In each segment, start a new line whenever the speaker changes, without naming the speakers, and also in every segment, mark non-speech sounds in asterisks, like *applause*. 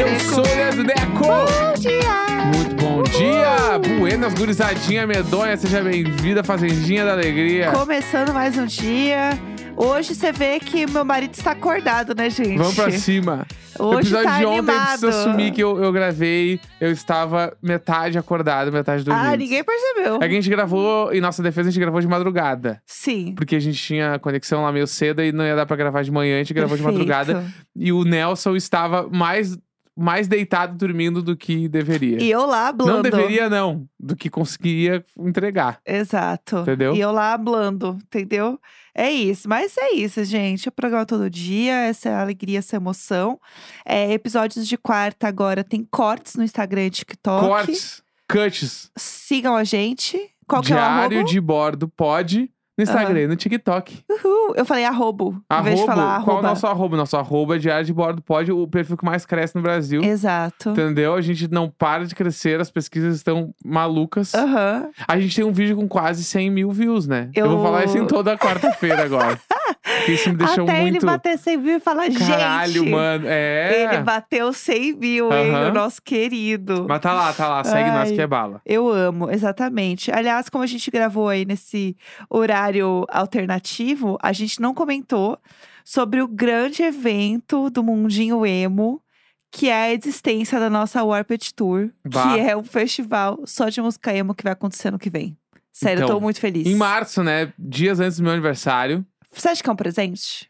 um
Neco!
Bom dia!
Muito bom dia! Buenas, gurizadinha medonha, seja bem-vinda, Fazendinha da Alegria.
Começando mais um dia. Hoje você vê que meu marido está acordado, né, gente?
Vamos pra cima. o
Hoje
episódio
tá
de ontem
animado.
precisa assumir que eu, eu gravei, eu estava metade acordado, metade dormindo.
Ah, ninguém percebeu.
É que a gente gravou, em nossa defesa, a gente gravou de madrugada.
Sim.
Porque a gente tinha conexão lá meio cedo e não ia dar pra gravar de manhã, a gente gravou
Perfeito.
de madrugada. E o Nelson estava mais, mais deitado dormindo do que deveria.
E eu lá blando.
Não deveria, não. Do que conseguiria entregar.
Exato.
Entendeu?
E eu lá blando, entendeu? É isso. Mas é isso, gente. O programa todo dia, essa é a alegria, essa emoção. É, episódios de quarta agora tem cortes no Instagram e TikTok.
Cortes, cuts,
Sigam a gente. Qual que é o
diário
arroba?
de bordo, pode, no Instagram e no TikTok.
Uhul. Eu falei arrobo, em vez de
Arroba,
falar
qual é o
arroba.
nosso arroba? Nosso arroba é diário de bordo, pode, o perfil que mais cresce no Brasil.
Exato.
Entendeu? A gente não para de crescer, as pesquisas estão malucas.
Aham.
A gente tem um vídeo com quase 100 mil views, né?
Eu-
vou falar isso em toda quarta-feira
*laughs*
agora. Porque isso me deixou
Até ele
muito.
bater 100 mil e falar,
Caralho,
gente.
mano. É.
Ele bateu 100 mil, hein?
Aham.
O nosso querido.
Mas tá lá, tá lá. Segue nós
Ai.
que é bala.
Eu amo, exatamente. Aliás, como a gente gravou aí nesse horário alternativo, a gente não comentou sobre o grande evento do Mundinho Emo, que é a existência da nossa Warped Tour,
Bah.
que é um festival só de música emo que vai acontecer ano que vem. Sério, eu
Então,
tô muito feliz.
Em março, né? Dias antes do meu aniversário.
Você acha que é um presente?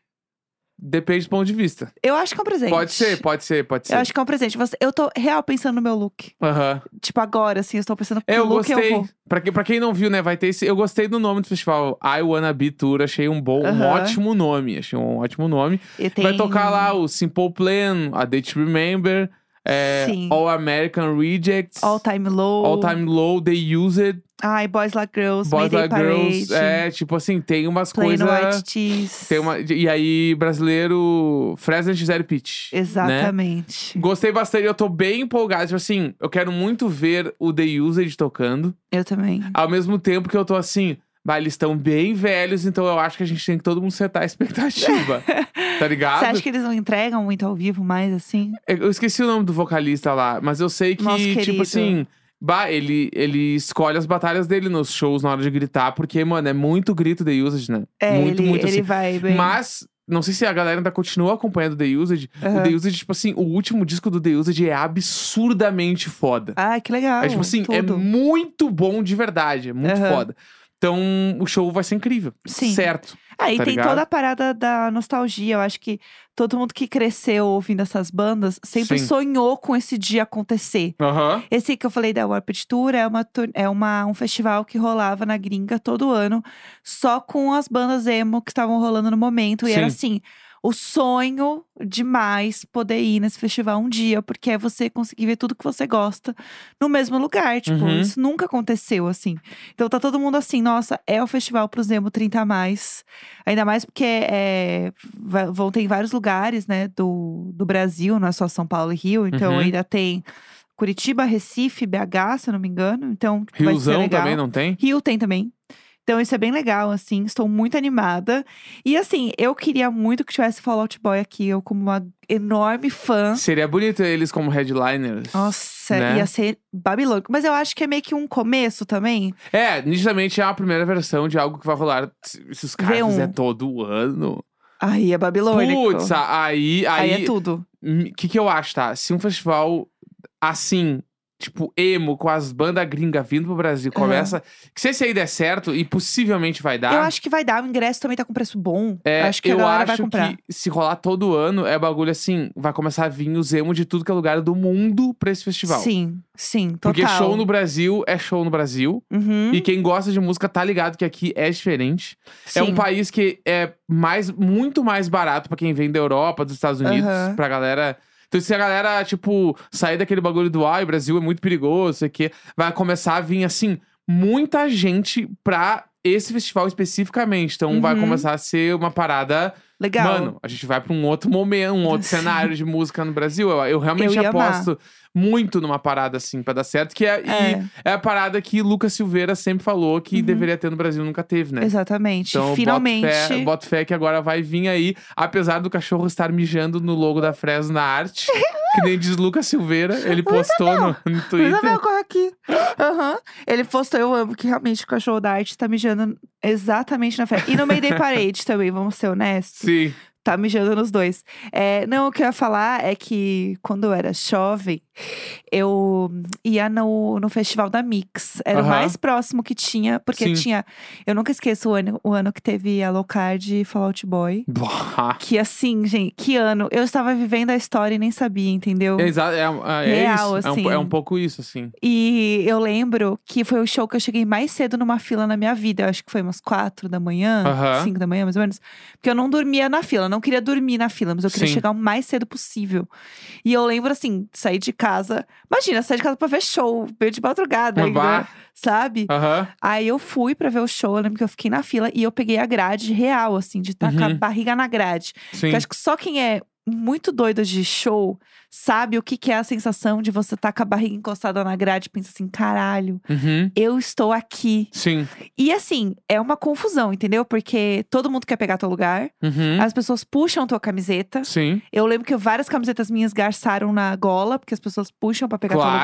Depende do ponto de vista.
Eu acho que é um presente.
Pode ser, pode ser, pode ser.
Eu acho que é um presente. Você- Eu tô real pensando no meu look.
Aham.
Tipo, agora, assim, eu estou pensando que
É, Eu
look
gostei.
eu vou.
pra, que, pra quem não viu, né, vai ter esse. Eu gostei do nome do festival. I Wanna Be Tour. Achei um bom, um
Aham.
ótimo nome. Achei um ótimo nome.
E tem...
Vai tocar lá o Simple Plan, a Date Remember, é,
Sim.
All American Rejects,
All Time Low.
All Time Low, They Use It,
Ai, Boys Like Girls,
Boys
Mayday
Like
Parade.
Girls. É, tipo assim, tem umas
Plain
coisas.
White Tees.
Tem uma, e aí, brasileiro, Fresno Gisele Pitch. né?
Exatamente.
Gostei bastante, eu tô bem empolgado. Tipo assim, eu quero muito ver o The Usage tocando.
Eu também.
Ao mesmo tempo que eu tô assim, bah, eles estão bem velhos, então eu acho que a gente tem que todo mundo setar
*laughs*
a expectativa. tá ligado?
Você acha que eles não entregam muito ao vivo mais, assim?
Eu esqueci o nome do vocalista lá, mas eu sei que,
Nosso
tipo
querido.
assim. Bah, ele, ele escolhe as batalhas dele nos shows na hora de gritar, porque, mano, é muito grito The Usage, né?
É,
muito,
ele,
muito
ele
assim.
vai bem.
Mas, não sei se a galera ainda continua acompanhando The Usage.
Aham.
O The Usage, tipo assim, o último disco do The Usage é absurdamente foda.
Ai, Ah, que legal.
é tipo assim, é
Então, tudo.
muito bom de verdade, é muito
Aham.
foda. Então, o show vai ser incrível.
Sim.
Certo.
Aí
tá
Ah, tem
ligado?
toda a parada da nostalgia. Eu acho que todo mundo que cresceu ouvindo essas bandas sempre
Sim.
sonhou com esse dia acontecer.
Aham.
Esse que eu falei da Warped Tour é, uma, tur- é uma, um festival que rolava na gringa todo ano, só com as bandas emo que estavam rolando no momento. E era assim, o sonho demais poder ir nesse festival um dia, porque é você conseguir ver tudo que você gosta no mesmo lugar. Tipo,
Uhum.
isso nunca aconteceu assim. Então tá todo mundo assim, nossa, é o festival pros emo 30 a mais. Ainda mais porque é, va- vão ter em vários lugares, né, do, do Brasil, não é só São Paulo e Rio. Então
Uhum.
ainda tem Curitiba, Recife, BH, se eu não me engano. Então vai ser
Riozão
legal.
também não tem?
Rio tem também. Então isso é bem legal, assim, estou muito animada. E assim, eu queria muito que tivesse Fallout Boy aqui, eu como uma enorme fã.
Seria bonito eles como headliners.
Nossa,
Né?
ia ser babilônico. Mas eu acho que é meio que um começo também.
É, nitidamente é a primeira versão de algo que vai rolar. Se se os caras
V1.
fizer todo ano.
Aí é babilônico.
Putz, a- aí.
aí,
Aí.
é tudo.
O que, que eu acho, tá? Se um festival assim, tipo, emo, com as bandas gringas vindo pro Brasil,
Aham.
começa. Que se esse aí der certo, e possivelmente vai dar.
Eu acho que vai dar, o ingresso também tá com preço bom.
tá. é,
acho que
eu
a galera vai
acho
comprar.
que se rolar todo ano, é bagulho assim, vai começar a vir os emo de tudo que é lugar do mundo pra esse festival.
Sim, sim, total.
Porque show no Brasil é show no Brasil.
Uhum,
E quem gosta de música tá ligado que aqui é diferente. É
sim.
um país que é mais, muito mais barato pra quem vem da Europa, dos Estados Unidos,
Aham.
pra galera. Então, se a galera, tipo, sair daquele bagulho do ai, o Brasil é muito perigoso, sei que, vai começar a vir, assim, muita gente pra esse festival especificamente. Então, vai
Uhum.
começar a ser uma parada
Legal.
Mano, a gente vai pra um outro momento, um
*laughs*
outro
Sim.
cenário de música no Brasil. Eu, eu realmente
Eu ia amar.
aposto muito numa parada assim pra dar certo, que é, e
É.
é a parada que Lucas Silveira sempre falou que
Uhum.
deveria ter no Brasil, nunca teve, né?
Exatamente.
Então,
Finalmente.
boto fé, boto fé que agora vai vir aí, apesar do cachorro estar mijando no logo da Fresno na arte, que nem diz Lucas Silveira, ele postou no, no Twitter.
Isabel, corre aqui. Aham. Ele postou, eu amo, que realmente o cachorro da arte tá mijando exatamente na frente. E no meio da parede *laughs* também, vamos ser honestos.
Sim,
Tá mijando nos dois. É, não, o que eu ia falar é que quando eu era jovem, eu ia no, no festival da Mix. Era o
Aham.
mais próximo que tinha, porque
Sim.
tinha. Eu nunca esqueço o ano, o ano que teve a Locard e Fallout Boy.
Bah.
Que assim, gente, que ano. Eu estava vivendo a história e nem sabia, entendeu?
É, exa- é- é
Real,
isso. É um-
assim.
É, um, pouco isso, assim.
E eu lembro que foi o show que eu cheguei mais cedo numa fila na minha vida. Eu acho que foi umas quatro da manhã,
Aham.
cinco da manhã, mais ou menos. Porque eu não dormia na fila, eu não queria dormir na fila, mas eu queria
Sim.
chegar o mais cedo possível. E eu lembro, assim, sair de casa. Imagina, sair de casa pra ver show, meio de
Um
madrugada, ainda,
Bah.
sabe?
Aham.
Aí eu fui pra ver o show, eu lembro que eu fiquei na fila e eu peguei a grade real, assim, de tacar a
Uhum.
barriga na grade.
Sim.
Porque acho que só quem é muito doido de show sabe o que, que é a sensação de você estar com a barriga encostada na grade e pensa assim: caralho,
Uhum.
eu estou aqui.
Sim.
E assim, é uma confusão, entendeu? Porque todo mundo quer pegar teu lugar,
Uhum.
as pessoas puxam tua camiseta.
Sim.
Eu lembro que várias camisetas minhas garçaram na gola, porque as pessoas puxam pra pegar
Claro.
teu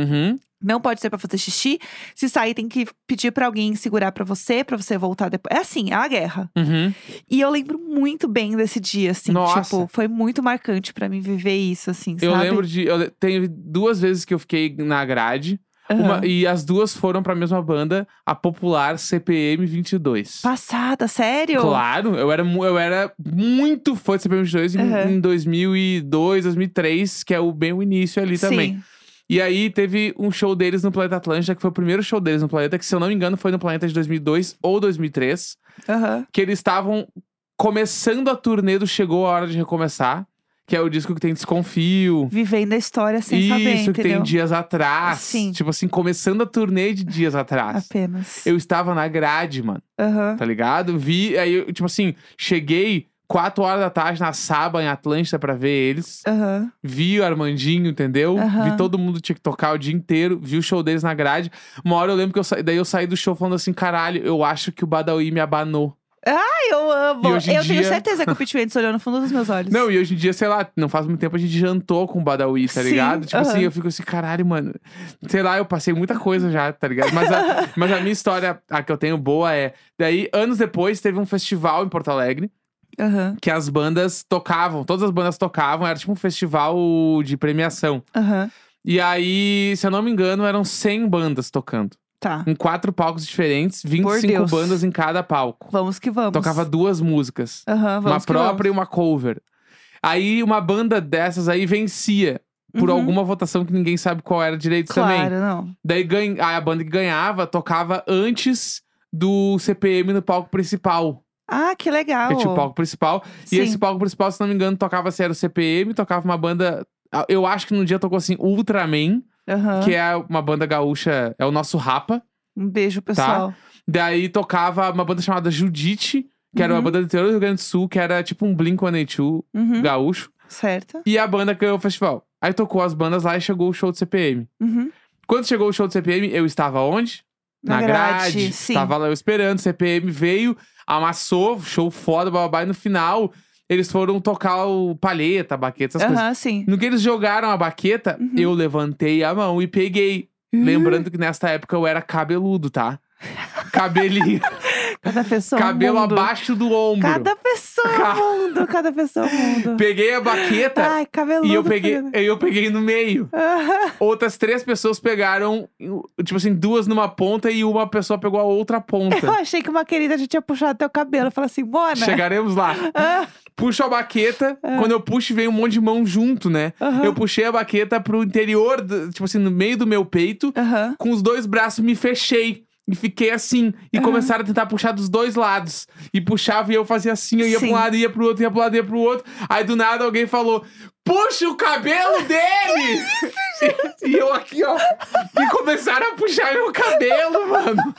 lugar.
Uhum.
Não pode ser pra fazer xixi. Se sair, tem que pedir pra alguém segurar pra você, pra você voltar depois. É assim, é uma guerra.
Uhum.
E eu lembro muito bem desse dia, assim.
Nossa.
Tipo, foi muito marcante pra mim viver isso, assim,
Eu
sabe?
lembro de. Eu le- teve duas vezes que eu fiquei na grade.
Aham.
uma- e as duas foram pra mesma banda, a popular CPM 22.
Passada, sério?
Claro, eu era, mu- eu era muito fã de CPM 22 em-
Aham.
em, 2002, 2003, que é o bem o início ali também.
Sim.
E aí teve um show deles no Planeta Atlântida, que foi o primeiro show deles no planeta, que se eu não me engano foi no planeta de 2002 ou 2003,
Aham.
que eles estavam começando a turnê do Chegou a Hora de Recomeçar, que é o disco que tem Desconfio.
Vivendo a história sem
Isso
saber,
que
entendeu?
tem dias atrás.
Sim.
Tipo assim, começando a turnê de
*laughs*
dias atrás.
Apenas.
Eu estava na grade, mano,
Aham.
tá ligado? Vi, aí, eu, tipo assim, cheguei 4 horas da tarde na Saba, em Atlântida, pra ver eles.
Aham.
Vi o Armandinho, entendeu?
Aham.
Vi todo mundo tinha que tocar o dia inteiro, vi o show deles na grade. Uma hora eu lembro que eu saí, daí eu saí do show falando assim: caralho, eu acho que o Badawi me abanou.
Ai, eu amo.
E
Eu
hoje em
tenho
dia-
certeza que o Pete Wentz olhou no fundo dos meus olhos.
Não, e hoje em dia, sei lá, não faz muito tempo a gente jantou com o Badawi, tá
Sim,
ligado? Tipo assim,
aham.
eu fico assim, caralho, mano. Sei lá, eu passei muita coisa já, tá ligado? Mas a,
*laughs*
mas a minha história, a que eu tenho boa é. Daí, anos depois, teve um festival em Porto Alegre
Aham.
que as bandas tocavam, todas as bandas tocavam, era tipo um festival de premiação.
Aham.
E aí, se eu não me engano, eram 100 bandas tocando,
Tá.
em quatro palcos diferentes, 25
Deus.
bandas em cada palco.
Vamos que vamos.
Tocava duas músicas
Aham, Ah, vamos
uma
que
própria e uma cover. Aí uma banda dessas aí vencia
vamos.
por
Uhum.
alguma votação que ninguém sabe qual era direito
Claro,
também.
não.
Daí ganha, a banda que ganhava tocava antes do CPM no palco principal.
Ah, que legal.
Que tinha o palco principal.
Sim.
E esse palco principal, se não me engano, tocava se era o CPM, tocava uma banda. ah, Eu acho que num dia tocou assim Ultraman,
Aham.
que é uma banda gaúcha, é o nosso Rapa.
Um
Tá.
beijo, pessoal.
Daí tocava uma banda chamada Judite, que era uma
Uhum.
banda do interior do Rio Grande do Sul, que era tipo um Blink-182
Uhum.
gaúcho.
Certo.
E a banda ganhou o festival. Aí tocou as bandas lá e chegou o show do CPM.
Uhum.
Quando chegou o show do CPM, eu estava onde?
sim.
Tava lá eu esperando. O CPM veio, amassou, show foda, bababá. E no final, eles foram tocar o palheta, a baqueta, essas coisas.
Aham, sim.
No que eles jogaram a baqueta,
Uhum. Hum.
eu levantei a mão e peguei. Lembrando que nesta época eu era cabeludo, tá?
*laughs*
Cabelinho.
Cada pessoa é um
cabelo
mundo.
abaixo do ombro.
Cada pessoa é um
Ca-
mundo, cada pessoa é um mundo.
Peguei a baqueta
Ai, cabeludo.
e eu peguei,
*laughs* Fernanda.
eu peguei no meio.
Aham.
Outras três pessoas pegaram, tipo assim, duas numa ponta e uma pessoa pegou a outra
Eu *laughs*
ponta.
achei que uma querida já tinha puxado teu cabelo. Eu falei assim, Bona.
Chegaremos lá.
Ah,
Puxo a baqueta, quando eu puxo, vem um monte de mão junto, né?
Aham.
Eu puxei a baqueta pro interior, do- tipo assim, no meio do meu peito,
Aham.
com os dois braços me fechei. E fiquei assim. E começaram a tentar puxar dos dois lados. E puxava e eu fazia assim, eu ia
Sim.
pra um lado, ia pro
*laughs*
outro, ia pro lado, ia pro outro. Aí do nada alguém falou: Puxa o cabelo dele! E, e eu aqui, ó. E começaram a puxar meu cabelo, mano.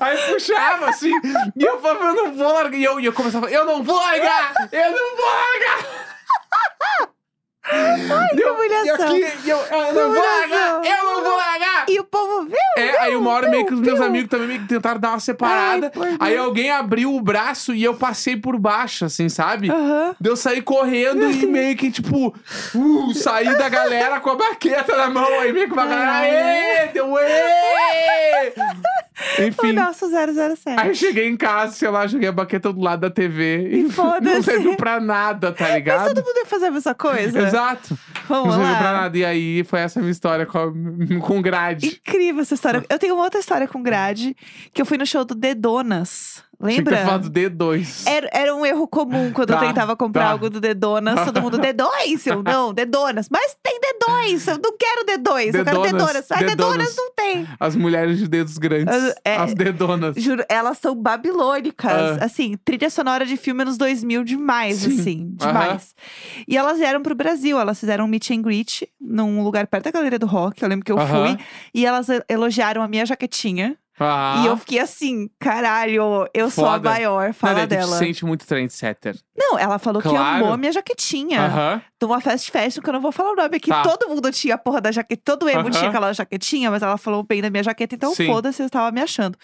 Aí puxava assim. E eu falava, eu não vou largar. E eu, e eu começava, eu não vou largar! Eu não vou largar!
Ai,
E
que
eu, e
humilhação.
aqui, e eu, eu não vou largar! Eu não vou largar!
E o povo viu?
É, aí uma hora meio que os meus
viu?
amigos também meio que tentaram dar uma separada.
Ai, é. por
aí
Deus.
alguém abriu o braço e eu passei por baixo, assim, sabe?
Aham.
Deu sair correndo e meio que, tipo, uh, saí da galera com a baqueta na mão. Aí meio que uma galera,
né?"
aê, deu aê!
O
Enfim,
nosso 007.
aí cheguei em casa, sei lá, joguei a baqueta do lado da TV. E *laughs* não
foda-se.
serviu pra nada, tá
Mas
ligado?
todo mundo ia fazer a mesma coisa.
*laughs* Exato. Não
Vamos
serviu pra
lá.
nada. E aí foi essa minha história com, a- com grade.
Incrível essa história. Eu tenho uma outra história com grade, que eu fui no show do Dedonas.
Tinha que
Lembra?
ter falado D2.
Era, era um erro comum quando
Tá,
eu tentava comprar
tá.
algo do Dedonas. Todo mundo, D2? Eu, não, Dedonas. Mas tem D2, eu não quero D2, eu quero
Dedonas,
Dedonas. Mas
Dedonas.
Dedonas não tem.
As mulheres de dedos grandes.
As- é-
as dedonas.
Juro, elas são babilônicas. Assim, trilha sonora de filme anos 2000 demais,
Ah. Sim.
assim.
Aham.
Demais. E elas vieram pro Brasil. Elas fizeram um meet and greet num lugar perto da Galeria do Rock. Eu lembro que eu
Aham.
fui. E elas e- elogiaram a minha jaquetinha.
Ah.
E eu fiquei assim, caralho, eu sou a
Foda. né,
maior. Fala
Cara,
dela.
Tu te sente muito trendsetter.
Não, ela falou que
Claro.
amou a minha jaquetinha.
Aham.
de uma fast fashion que eu não vou falar o nome aqui.
Tá.
Todo mundo tinha a porra da jaqueta, todo emo
Aham.
tinha aquela jaquetinha, mas ela falou bem da minha jaqueta, então
Sim.
foda-se, eu estava me achando.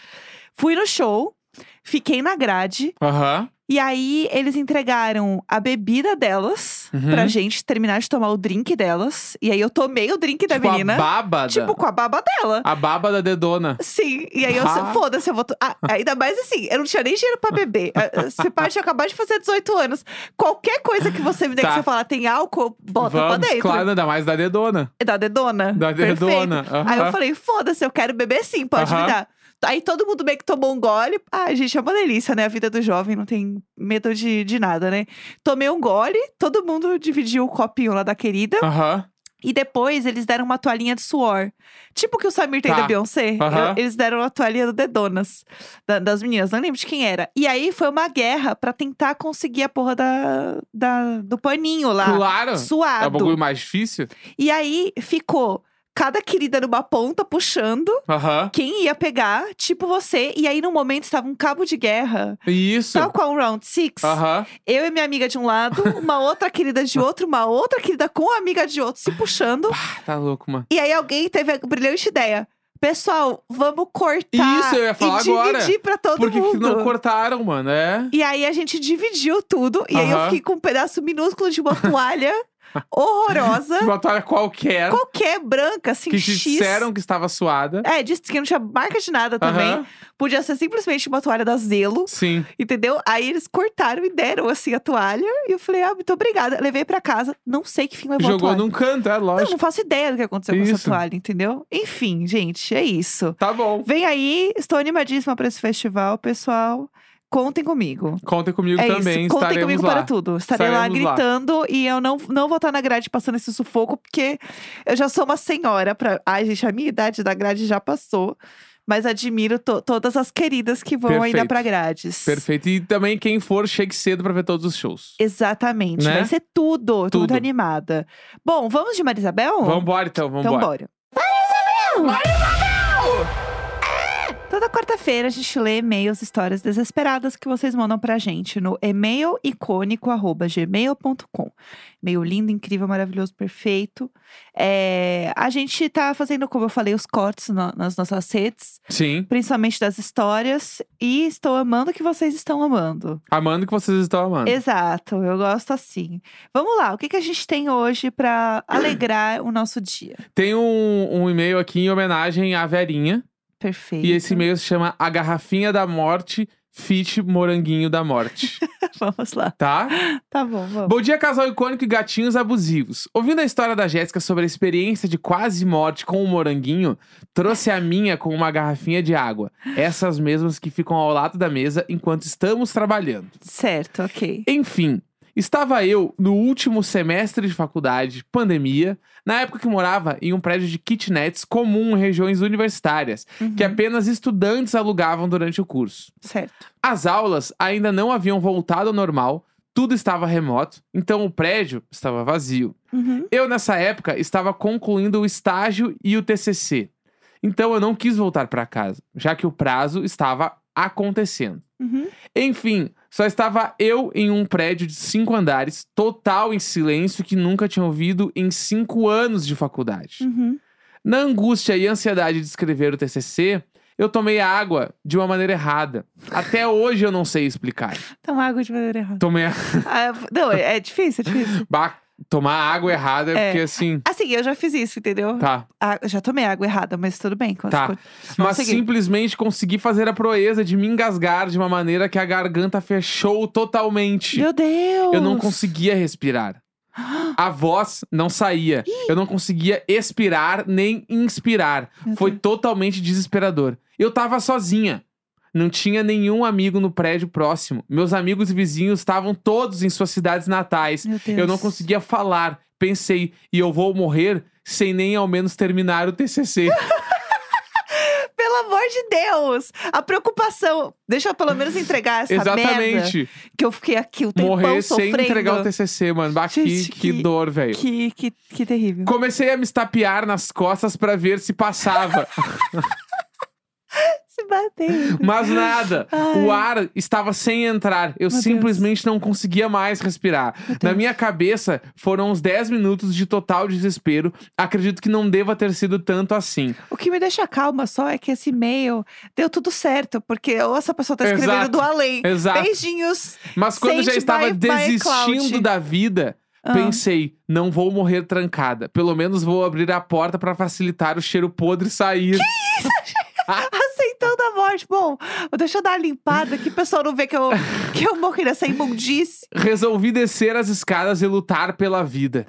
Fui no show, fiquei na grade,
Aham.
e aí eles entregaram a bebida delas
Uhum.
pra gente terminar de tomar o drink delas. E aí eu tomei o drink da
Tipo,
é menina,
a bábada.
tipo com a baba dela.
A bábada dedona.
Sim, e aí eu,
Ah.
foda-se, eu vou. to- Ah, ainda mais assim, eu não tinha nem dinheiro pra beber. Ah, ah, Você pode acabar de fazer 18 anos. Qualquer coisa que você me der
Tá.
que você falar tem álcool, bota pra
Vamos,
dentro.
claro, ainda mais da dedona.
É Da dedona.
Da
Perfeito.
dedona,
Aí
aham.
eu falei, foda-se, eu quero beber sim, pode
Aham.
me dar. Aí todo mundo meio que tomou um gole. Ah, gente, é uma delícia, né? A vida do jovem não tem medo de, de nada, né? Tomei um gole, todo mundo dividiu o copinho lá da querida.
Aham.
E depois eles deram uma toalhinha de suor. Tipo o que o Samir tem
Tá.
da Beyoncé.
Aham.
Eu- Eles deram a toalhinha do Dedonas, da- das meninas, não lembro de quem era. E aí foi uma guerra pra tentar conseguir a porra da, da- do paninho lá.
Claro. É o
Tá Suado.
bagulho mais difícil.
E aí ficou cada querida numa ponta puxando
Aham.
quem ia pegar, tipo você. E aí no momento estava um cabo de guerra,
Isso.
tal qual um round six.
Aham.
Eu e minha amiga de um lado, uma outra querida de outro, uma outra querida com a amiga de outro se puxando.
Ah, tá louco, mano.
E aí alguém teve a brilhante ideia. Pessoal, vamos cortar
Isso, eu ia falar
e dividir
agora.
pra todo
Por que,
mundo.
que não cortaram, mano? É.
E aí a gente dividiu tudo. E aí eu
Aham.
fiquei com um pedaço minúsculo de uma
*laughs*
toalha horrorosa.
Uma toalha qualquer
qualquer branca, assim,
que te
X.
disseram que estava suada.
É, disse que não tinha marca de nada também.
Aham.
Podia ser simplesmente uma toalha da Zelo,
Sim.
entendeu? Aí eles cortaram e deram, assim, a toalha. E eu falei, ah, muito obrigada. Levei pra casa, não sei que fim levou
Jogou
a toalha.
num canto, é
Não,
lógico.
não faço ideia do que aconteceu com
Isso.
essa toalha, entendeu? Enfim, gente, é isso.
Tá bom.
Vem aí, estou animadíssima pra esse festival, pessoal. Contem comigo.
Contem comigo
é
também,
isso, contem
estaremos
comigo
lá.
para tudo. Estarei lá
Estaremos lá.
gritando e eu não, não vou estar na grade passando esse sufoco, porque eu já sou uma senhora. Pra... Ai, gente, a minha idade da grade já passou. Mas admiro to- todas as queridas que vão ainda
Perfeito.
pra grades.
Perfeito. E também quem for, chegue cedo pra ver todos os shows.
Exatamente.
Né?
Vai ser tudo. Tô muito
Tudo.
animada. Bom, vamos de Marisabel?
Vambora então, vambora.
Então bora. Toda quarta-feira a gente lê e-mails, histórias desesperadas que vocês mandam pra gente no e-mailicônico.gmail.com. Meio lindo, incrível, maravilhoso, perfeito. É, a gente tá fazendo, como eu falei, os cortes na- nas nossas redes,
Sim.
principalmente das histórias. E estou amando o que vocês estão amando.
Amando que vocês estão amando.
Exato, eu gosto assim. Vamos lá, o que, que a gente tem hoje pra alegrar o nosso dia?
Tem um, um e-mail aqui em homenagem à Verinha.
Perfeito.
E esse e-mail se chama A Garrafinha da Morte, Fit Moranguinho da Morte.
*laughs* Vamos lá.
Tá?
Tá bom, vamos.
Bom dia, casal icônico e gatinhos abusivos. Ouvindo a história da Jéssica sobre a experiência de quase morte com o moranguinho, trouxe a minha com uma garrafinha de água. Essas mesmas que ficam ao lado da mesa enquanto estamos trabalhando.
Certo, ok.
Enfim, estava eu no último semestre de faculdade, pandemia, na época que morava em um prédio de kitnets comum em regiões universitárias, que
Uhum,
apenas estudantes alugavam durante o curso.
Certo.
As aulas ainda não haviam voltado ao normal, Tudo estava remoto, então o prédio estava vazio.
Uhum.
Eu, nessa época, estava concluindo o estágio e o TCC. Então eu não quis voltar para casa, já que o prazo estava acontecendo.
Uhum.
Enfim, só estava eu em um prédio de cinco andares, total em silêncio, que nunca tinha ouvido em cinco anos de faculdade.
Uhum.
Na angústia e ansiedade de escrever o TCC, eu tomei água de uma maneira errada. Até hoje eu não sei explicar.
Toma água de maneira errada.
Tomei a-
*laughs* Ah, não, é é difícil, é
*laughs*
difícil.
Bah, tomar água errada é
É.
porque assim,
Assim, eu já fiz isso, entendeu?
tá.
Ah, eu já tomei água errada, mas tudo bem. quando-
Tá.
quando-
Mas
seguir.
simplesmente consegui fazer a proeza de me engasgar de uma maneira que a garganta fechou totalmente.
Meu Deus!
Eu não conseguia respirar. A voz não saía. Eu não conseguia expirar nem inspirar.
Meu
Foi
Deus.
totalmente desesperador. Eu tava sozinha. Não tinha nenhum amigo no prédio próximo. Meus amigos e vizinhos estavam todos em suas cidades natais.
Meu Deus.
Eu não conseguia falar. Pensei, e eu vou morrer sem nem ao menos terminar o TCC.
*laughs* Pelo amor de Deus! A preocupação. Deixa eu pelo menos entregar *laughs* essa merda.
Exatamente.
Que eu fiquei aqui o tempão
Morrer sem
sofrendo.
entregar o TCC, mano. Bah, que-
Gente,
que,
que-
dor, velho.
que, que, que terrível.
Comecei a me estapear nas costas pra ver se passava.
Se bateu.
Mas nada,
Ai.
o ar estava sem entrar. Eu
Meu
simplesmente não conseguia mais respirar. Na minha cabeça, foram uns 10 minutos de total desespero. Acredito que não deva ter sido tanto assim.
O que me deixa calma só é que esse e-mail deu tudo certo, porque ou essa pessoa tá escrevendo
Exato.
do além.
Exato.
Beijinhos. *laughs*
Mas quando eu já
Sente
estava
by- by cloud.
desistindo da vida,
Ah.
pensei, não vou morrer trancada. Pelo menos vou abrir a porta pra facilitar o cheiro podre sair.
Aceitando a morte. Bom, deixa eu dar uma limpada que o pessoal não vê que eu, que eu morri nessa imundice.
Resolvi descer as escadas e lutar pela vida.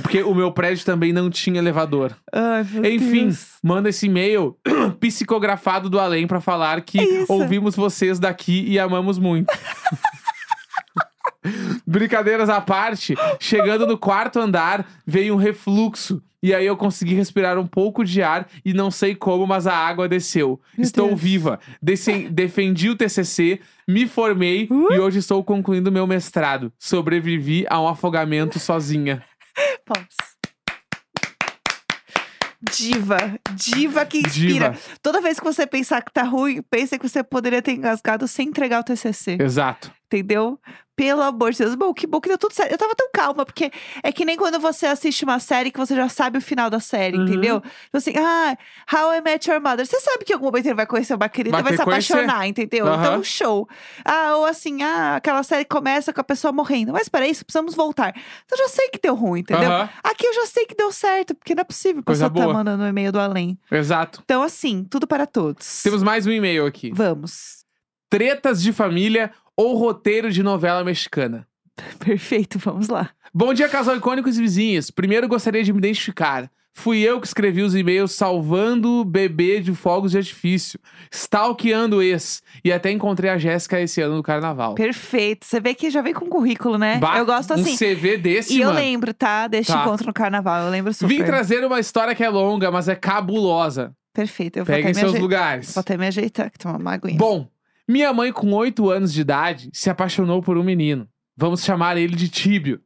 Porque o meu prédio também não tinha elevador.
Ai, meu
Enfim,
Deus.
manda esse e-mail *clears throat* psicografado do além pra falar que
É isso.
ouvimos vocês daqui e amamos muito. *laughs* Brincadeiras à parte, chegando no quarto andar, veio um refluxo. E aí eu consegui respirar um pouco de ar e não sei como, mas a água desceu.
Meu
estou
Deus.
viva. Desse- defendi o TCC, me formei
Uh!
e hoje estou concluindo meu mestrado. Sobrevivi a um afogamento sozinha.
Palmas. Diva, diva que inspira.
Diva.
Toda vez que você pensar que tá ruim, pensa que você poderia ter engasgado sem entregar o TCC,
Exato.
entendeu? Pelo amor de Deus, bom, que bom que deu tudo certo. Eu tava tão calma, porque é que nem quando você assiste uma série que você já sabe o final da série,
Uhum.
entendeu? Tipo assim, ah, How I Met Your Mother. Você sabe que em algum momento ele vai conhecer uma querida
Vai
e vai
ter
se
que conhecer.
apaixonar, entendeu?
Aham.
Então, show. Ah, ou assim, ah, aquela série começa com a pessoa morrendo. Mas peraí, isso precisamos voltar. Então, eu já sei que deu ruim, entendeu?
Aham,
Aqui eu já sei que deu certo, porque não é possível que
Coisa
você tá
boa.
mandando um e-mail do além.
Exato.
Então, assim, tudo para todos.
Temos mais um e-mail aqui.
Vamos. *laughs*
Tretas de família ou roteiro de novela mexicana?
Perfeito, vamos lá.
Bom dia, casal icônicos e vizinhos. Primeiro gostaria de me identificar. Fui eu que escrevi os e-mails salvando o bebê de fogos de artifício, stalkeando o ex, e até encontrei a Jéssica esse ano no carnaval.
Perfeito. Você vê que já vem com currículo, né?
Bah,
eu gosto
Um
assim.
CV desse,
e eu
mano.
lembro, tá? Deste
Tá.
encontro no carnaval. Eu lembro super.
Vim trazer uma história que é longa, mas é cabulosa.
Perfeito. Eu vou até,
Peguem
me
seus
aje-
lugares.
vou até me ajeitar, que tomar uma aguinha.
Bom, minha mãe, com 8 anos de idade, se apaixonou por um menino. Vamos chamar ele de Tíbio.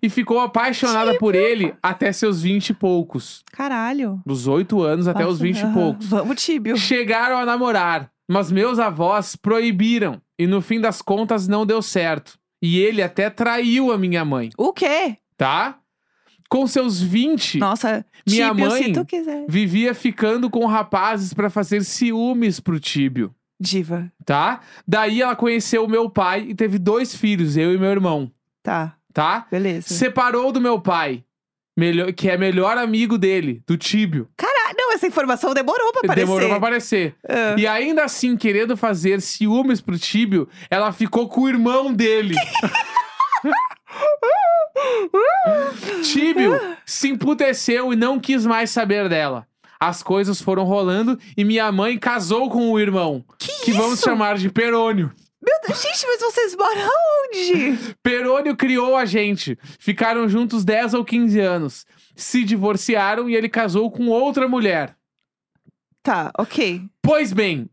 E ficou apaixonada por ele até seus 20 e poucos.
Caralho.
Dos 8 anos até os
Nossa,
20 e
aham.
poucos.
Vamos, Tíbio.
Chegaram a namorar, mas meus avós proibiram. E no fim das contas não deu certo. E ele até traiu a minha mãe,
O quê?
tá? Com seus 20,
Nossa,
Minha
Tíbio,
mãe-
se tu quiser.
vivia ficando com rapazes pra fazer ciúmes pro Tíbio.
Diva.
tá? Daí ela conheceu o meu pai e teve dois filhos, eu e meu irmão,
Tá,
tá?
beleza.
Separou do meu pai, melhor- que é melhor amigo dele, do Tíbio.
Ah, não, essa informação demorou pra aparecer.
Demorou pra aparecer.
Ah.
E ainda assim, querendo fazer ciúmes pro Tíbio, ela ficou com o
*laughs*
irmão dele. Tíbio se emputeceu e não quis mais saber dela. As coisas foram rolando e minha mãe casou com o irmão, que, vamos
isso?
chamar de Perônio.
Meu Deus, gente, mas vocês moram
*laughs*
onde?
Perônio criou a gente. Ficaram juntos 10 ou 15 anos. Se divorciaram e ele casou com outra mulher.
Tá, ok.
*clears throat* Pois bem,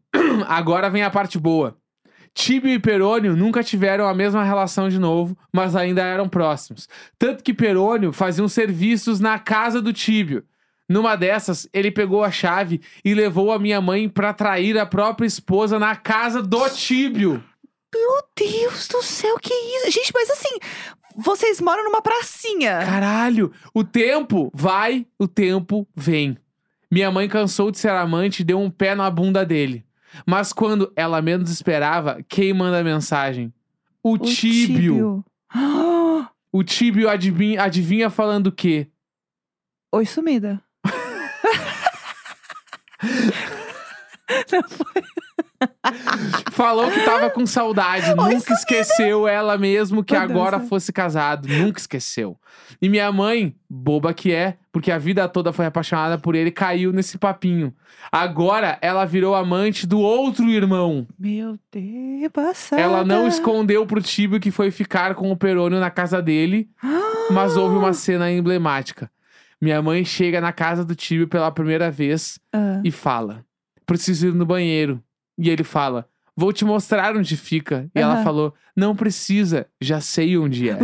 agora vem a parte boa. Tibio e Perônio nunca tiveram a mesma relação de novo, mas ainda eram próximos. Tanto que Perônio fazia uns serviços na casa do Tíbio. Numa dessas, ele pegou a chave e levou a minha mãe pra trair a própria esposa na casa do Tíbio.
Meu Deus do céu, que isso? Gente, mas assim, vocês moram numa pracinha.
É. Caralho, o tempo vai, o tempo vem. Minha mãe cansou de ser amante e deu um pé na bunda dele. Mas quando ela menos esperava, quem manda a mensagem? O,
O
tíbio.
Tíbio. *gasps* Ah,
O Tíbio adivinha, adivinha falando o quê?
Oi, sumida.
Falou que tava
*laughs*
com saudade, nunca esqueceu ela mesmo que
Meu Deus,
agora
né?
fosse casado, nunca esqueceu. E minha mãe, boba que é, porque a vida toda foi apaixonada por ele, caiu nesse papinho. Agora ela virou amante do outro irmão.
Meu Deus, passada.
Ela não escondeu pro Tíbio que foi ficar com o Perônio na casa dele,
*gasps* Ah,
mas houve uma cena emblemática. Minha mãe chega na casa do Tíbio pela primeira vez
ah.
e fala: Preciso ir no banheiro. E ele fala: Vou te mostrar onde fica. E ela
Aham. Uh.
falou: Não precisa, já sei onde é.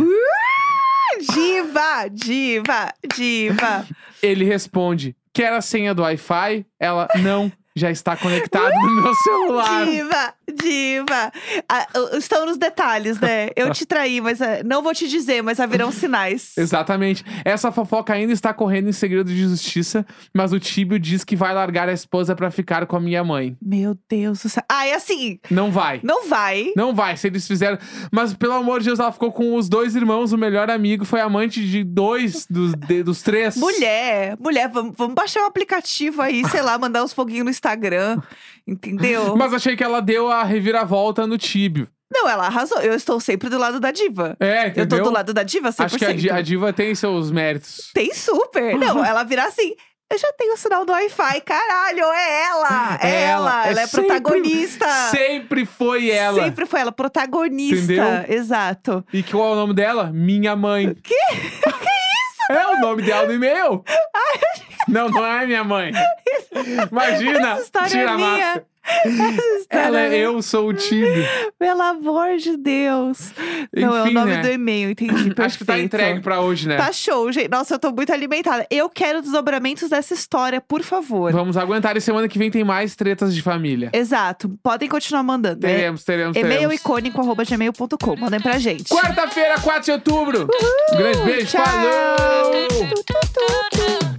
Diva, diva,
*laughs*
diva.
Ele responde: Quer a senha do Wi-Fi? Ela: Não, já está conectado
*laughs*
no meu celular.
Diva, diva. Ah, eu- estão nos detalhes, né? Eu te traí, mas ah, não vou te dizer, mas haverão
*laughs*
sinais.
Exatamente. Essa fofoca ainda está correndo em segredo de justiça, mas o Tíbio diz que vai largar a esposa pra ficar com a minha mãe.
Meu Deus do céu. Ah, é assim,
Não vai.
não vai.
Não vai, se eles fizeram. Mas pelo amor de Deus, ela ficou com os dois irmãos, o melhor amigo foi amante de dois dos, de- dos três.
Mulher, mulher, vamos, vamos baixar um aplicativo aí, sei lá, mandar uns foguinhos no Instagram, entendeu?
*laughs* Mas achei que ela deu a reviravolta no Tíbio.
Não, ela arrasou. Eu estou sempre do lado da diva.
É, entendeu?
Eu tô do lado da diva 100%.
Acho que a, di- a Uhum. diva tem seus méritos.
Tem super. Não, ela vira assim. Eu já tenho o sinal do Wi-Fi, caralho, é ela! É, ela, ela, é,
sempre-
protagonista!
Sempre foi ela.
Tá. Sempre foi ela, protagonista.
Entendeu?
Exato.
E qual é o nome dela? Minha mãe.
*laughs*
Que? que isso? É o nome dela no e-mail? não, não é
*laughs*
minha mãe. Imagina.
Essa história
Ah, tira
é
a
minha.
máscara.
*laughs* Essa história
Ela
é
é
minha.
eu, sou o Tibi.
Pelo amor de Deus. Não, é o
Enfim,
nome
né?
do e-mail, entendi. Perfeito.
*clears throat* Acho que tá entregue pra hoje, né?
Tá show, gente. Nossa, eu tô muito alimentada. Eu quero desdobramentos dessa história, por favor.
Vamos aguentar e semana que vem tem mais tretas de família.
Exato. Podem continuar mandando. É
Teremos, teremos,
e-mail
teremos.
icônico.gmail.com. Mandem pra gente.
Quarta-feira, 4 de outubro. Um grande beijo,
Tchau.
falou!
Tu, tu, tu, tu.